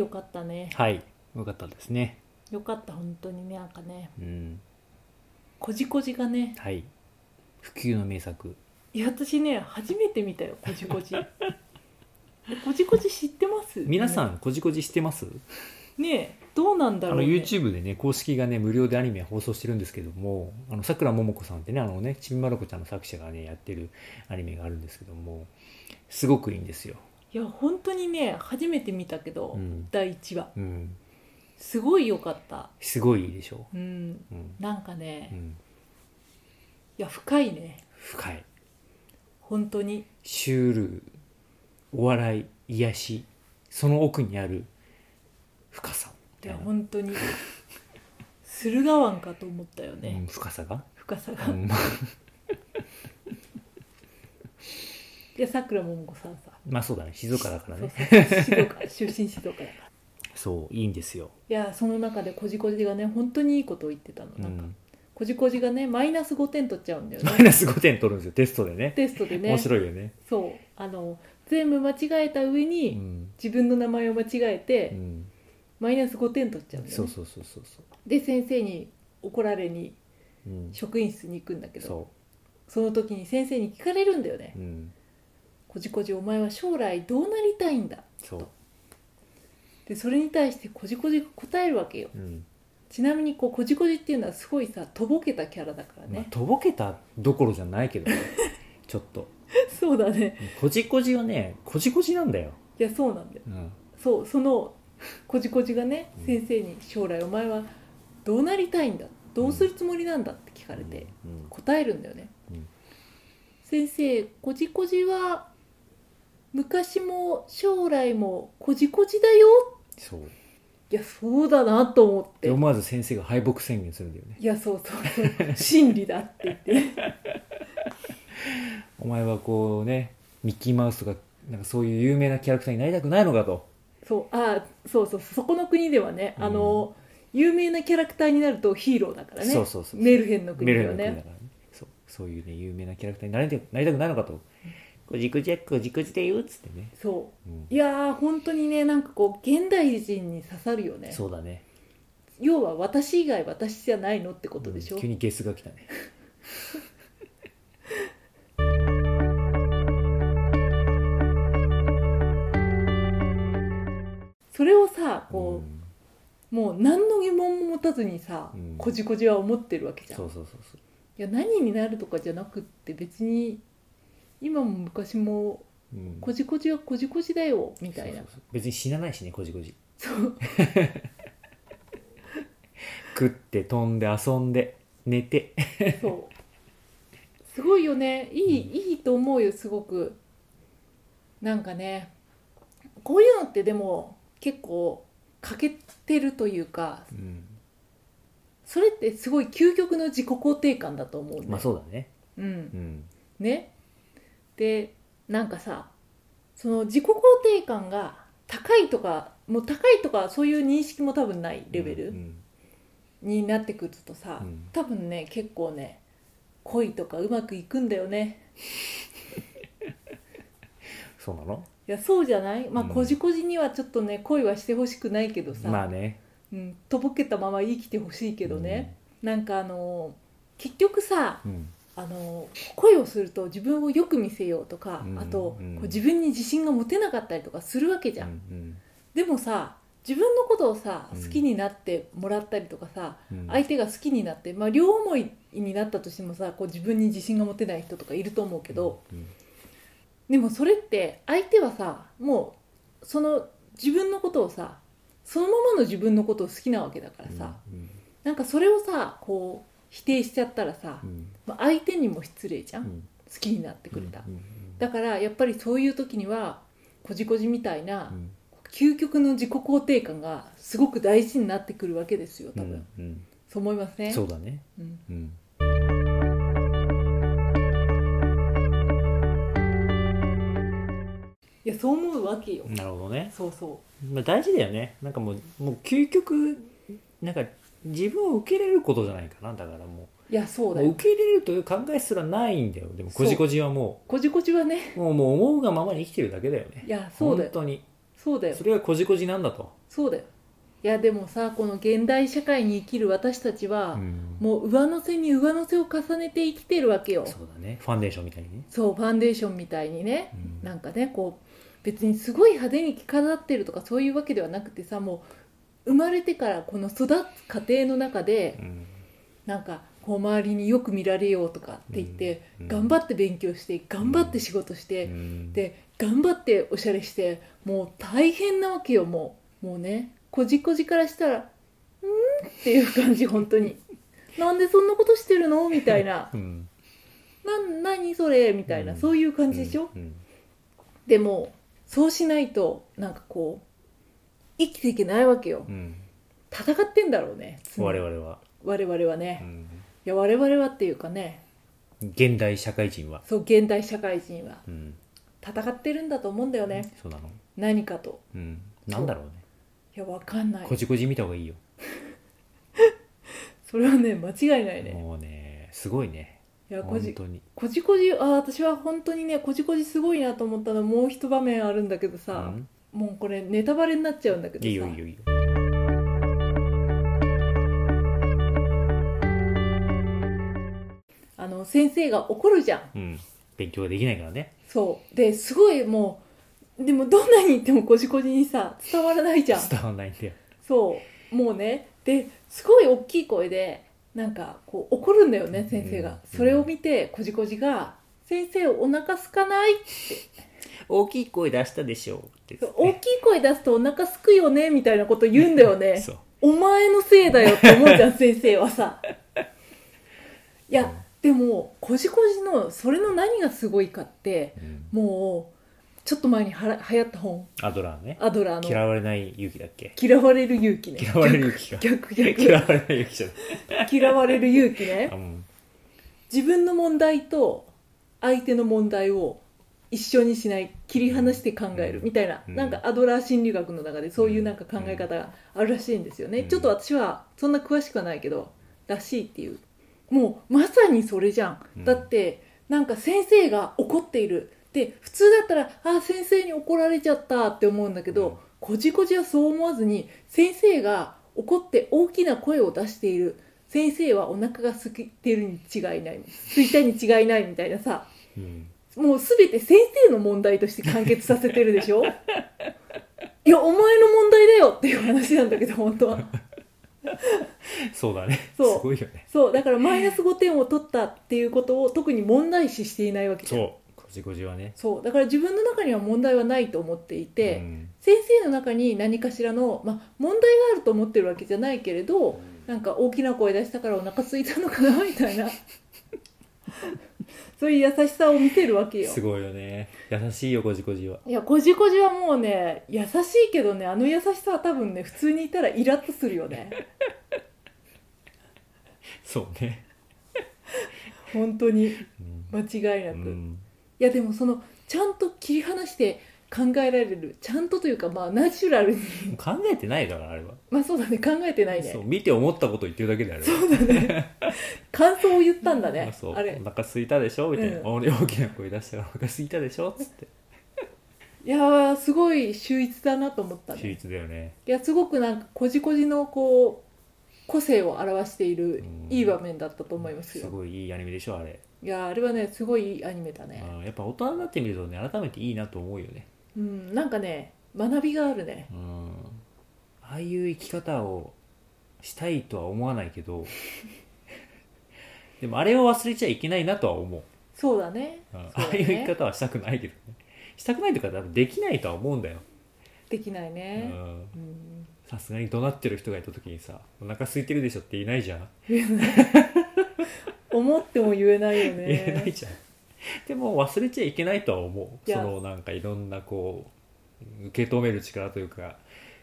はいよかったですねよかった本当にねなんかねうんこじこじがねはい不朽の名作いや私ね初めて見たよこじ こじえこじこじ知ってます皆さんこじこじしてます、ねえどうなんだあろう、のね、 YouTube でね公式がね無料でアニメ放送してるんですけどもあのさくらももこさんってねあのねちびまる子ちゃんの作者がねやってるアニメがあるんですけどもすごくいいんですよ、いや本当にね初めて見たけど、うん第1話うん、すごい良かったすごいいいでしょうんう、うんなんかね、ういん、や深いね深い本当にシュールお笑い癒しその奥にある深さいみたいやな本当に駿河湾かと思ったよね、うん深さが、深さが、ういんやさくらももこさんさまあそうだね静岡だからねそうそう静岡出身静岡だからそういいんですよ、いやその中でこじこじがね本当にいいことを言ってたのうなんか、ん、こじこじがねマイナス5点取っちゃうんだよ マねイナス5点取るんですよテストでねテストでね面白いよね、そうあの全部間違えた上うに、ん自分の名前を間違えて、うん、マイナス5点取っちゃうんだよそねうそうそうそうそで先生に怒られにう、うん、職員室に行くんだけどそその時に先生に聞かれるんだよねう、うん、 「こじこじお前は将来どうなりたいんだそう、でそれに対してこじこじが答えるわけようんちなみにこうこじこじっていうのはすごいさとぼけたキャラだからまあね、とぼけたどころじゃないけどねちょっと そうだねこじこじはねこじこじなんだよ、いやそうなんだようん、そうそのこじこじがねうん先生に「将来お前はどうなりたいんだどうするつもりなんだ?」って聞かれてうん答えるんだよね、うん先生こじこじは昔も将来もこじこじだよそういやそうだなと思ってで思わず先生が敗北宣言するんだよねいやそうそうそう真理だ って言ってお前はこうねミッキーマウスとかなんかそういう有名なキャラクターになりたくないのかとそうあそうそうそこの国ではね、うんあの有名なキャラクターになるとヒーローだからねそうそうそうメルヘンの国メでルはヘンの国だねからねそうそういうね有名なキャラクターになりたなりたくないのかとこじこじやこじこじでよっつってね、そうんういやー本当にねなんかこう現代人に刺さるよねそうだね要は私以外私じゃないのってことでしょ、うん急にゲスが来たねそれをさこんう、もう何の疑問も持たずにさ、うんこじこじは思ってるわけじゃんそうそうそうそういや何になるとかじゃなくって別に今も昔もうんこじこじはこじこじだよみたいなそうそうそう別に死なないしねこじこじそう食って飛んで遊んで寝てそうすごいよねいい,、ういいと思うよすごくなんかねこういうのってでも結構欠けてるというかうんそれってすごい究極の自己肯定感だと思うね、まあそうだねうんうんねでなんかさその自己肯定感が高いとかもう高いとかそういう認識も多分ないレベうルんになってくるとさ、うん多分ね結構ね恋とかうまくいくんだよねそうなのいやそうじゃないまあうんこじこじにはちょっとね恋はしてほしくないけどさ、まあねうん、とぼけたまま生きてほしいけどね、なんかあの結局さうんあの恋をすると自分をよく見せようとか、うんあと、うんこう自分に自信が持てなかったりとかするわけじうゃん、んでもさ自分のことをさうん好きになってもらったりとかさ、うん相手が好きになって、まあ、両思いになったとしてもさこう自分に自信が持てない人とかいると思うけど、うんでもそれって相手はさもうその自分のことをさそのままの自分のことを好きなわけだからさ、うんなんかそれをさこう否定しちゃったらさ、うんまあ相手にも失礼じゃ、うんん好きになってくれた、うんうんだからやっぱりそういう時にはこじこじみたいな、うん究極の自己肯定感がすごく大事になってくるわけですよ多分、うんそう思いますうねんそうだねうんうんいやそう思うわけよ、なるほどねそうそまあ大事だよねなんかもうもう究極なんか自分を受け入れることじゃないかなだからもういやそううもだうよ受け入れるという考えすらないんだよでもそこうじこじはもこじこじはねうもうもう思うがままに生きてるだけだよねいやそうだ本よ当にそうだよそれがこじこじなんだとそうだよいやでもさこの現代社会に生きる私たちは、うんもう上乗せに上乗せを重ねて生きてるわけよそうだねファンデーションみたいにね、そうファンデーションみたいにねうんなんかねこう別にすごい派手に着飾ってるとかそういうわけではなくてさもう生まれてからこの育つ過程の中でうんなんかこう周りによく見られようとかって言って、うん頑張って勉強して頑張って仕事して、うんで頑張っておしゃれしてもう大変なわけよもうもうねこじこじからしたら「ん?」っていう感じ本当に「なんでそんなことしてるの?」みたいな うん「なん何それ?」みたいな、うんそういう感じでしょ、うんでもそうしないとなんかこう生きていけないわけようん戦ってんだろうね常に我々は、我々はうね、んいや我々はっていうかね現代社会人は、そう現代社会人はうん戦ってるんだと思うんだよね、そうなの、何かとうん、なんだろうねいやわかんないこじこじ見た方がいいよ、それはね間違いないね、もうねすごいねいやこ本じ当にこじこじあ私は本当にねこじこじすごいなと思ったのもう一場面あるんだけどさ、うんもうこれネタバレになっちゃうんだけどさいいよいいよいいよあの先生が怒るじゃんうん勉強ができないからねそうですごいもうでもどんなに言ってもこじこじにさ伝わらないじゃん伝わんないんだよそうもうねですごい大きい声でなんかこう怒るんだよね先生が、うんそれを見てこじこじが「先生お腹すかない?」大きい声出したでしょうって大きい声出すとお腹すくよねみたいなこと言うんだよね そうお前のせいだよって思うじゃん先生は さいやでもこじこじのそれの何がすごいかってうんもうちょっと前にはら流行った本アドラーねアドラーの嫌われない勇気だっけ嫌われる勇気ね嫌われる勇気か逆逆 嫌われない勇気じゃない嫌われる勇気あねうん自分の問題と相手の問題を一緒にしない切り離して考えるみたいな、うんなんかアドラー心理学の中でそういうなんか考え方があるらしいんですよね、うんちょっと私はそんな詳しくはないけどらしいっていうもうまさにそれじゃん、うんだってなんか先生が怒っているで普通だったら「あー先生に怒られちゃった」って思うんだけど、うんこじこじはそう思わずに先生が怒って大きな声を出している先生はお腹が空いてるに違いない空いたに違いないみたいなさうんもう全て先生の問題として完結させてるでし ょいやお前の問題だよっていう話なんだけど本当はそうだねすそうごいよねそうだからマイナス5点を取ったっていうことを特に問題視していないわけじゃんそうこじこじはねそうだから自分の中には問題はないと思っていて、うん先生の中に何かしらの、まあ、問題があると思ってるわけじゃないけれどなんか大きな声出したからお腹空いたのかなみたいな そういう優しさを見せるわけよすごいよね優しいよこじこじはいやこじこじはもうね優しいけどねあの優しさは多分ね普通にいたらイラッとするよね そうね本当にうん間違いなく、ういんやでもそのちゃんと切り離して考えられるちゃんとというかまあナチュラルに考えてないからあれはまあそうだね考えてないねそう見て思ったこと言ってるだけであれはそう感想を言ったんだねそうあれお腹すいたでしょみたいな、うん俺大きな声出したからお 腹すいたでしょっつっていやーすごい秀逸だなと思った秀ね逸だよねいやすごくなんかこじこじのこう個性を表しているうんいい場面だったと思いますすよごいいいアニメでしょあれ、いやーあれはねすごいいいアニメだねあーやっぱ大人になってみるとね改めていいなと思うよねうんなんかね学びがあるねうんああいう生き方をしたいとは思わないけど でもあれを忘れちゃいけないなとは思うそうだねうんそうあだあねいう生き方はしたくないけどねしたくないというか多分できないとは思うんだよできないうねんうんさすがに怒鳴ってる人がいた時にさ「お腹空いてるでしょ」って言いないじゃん、思っても言えないよね言えないじゃんでも忘れちゃいけないとは思ういやそのなんかいろんなこう受け止める力というか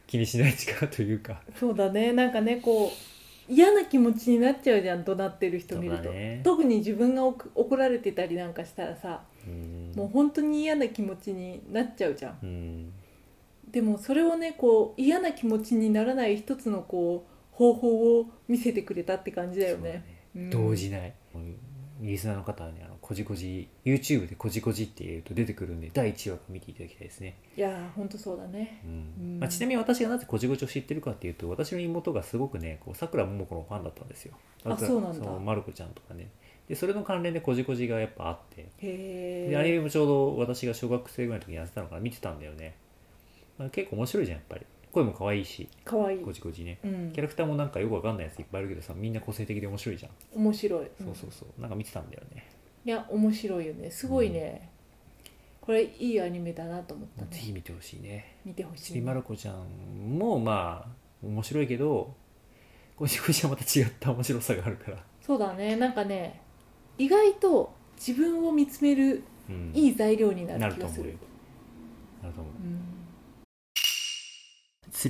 気にしない力というかそうだねなんかねこう嫌な気持ちになっちゃうじゃん怒鳴ってる人見るそうと、だね特に自分がおく怒られてたりなんかしたらさうんもう本当に嫌な気持ちになっちゃうじゃんうんでもそれをねこう嫌な気持ちにならない一つのこう方法を見せてくれたって感じだよねそううだん動じない、リスナーの方はねあのこじこじ YouTube でこじこじって入れると出てくるんで第1話から見ていただきたいですね、いやーほんとそうだねうんうんまあ、ちなみに私がなぜこじこじを知ってるかっていうと私の妹がすごくねこうさくらももこのファンだったんですよあそうなんだそうまる子ちゃんとかねでそれの関連でこじこじがやっぱあってへでアニえメもちょうど私が小学生ぐらいの時にやってたのから見てたんだよね、まあ、結構面白いじゃんやっぱり声も可愛いしかわいいこじこじねうんキャラクターもなんかよくわかんないやついっぱいあるけどさみんな個性的で面白いじゃん面白いそうそうそうなんか見てたんだよね、いや面白いよねすごいね、これいいアニメだなと思ったまあぜねひ見てほしいね見てほちしいびまる子ちゃんもまあ面白いけどこじこじはまた違った面白さがあるから、そうだねなんかね意外と自分を見つめるうん、いいい材料にななる気るとが思すうるよなると思ううんつ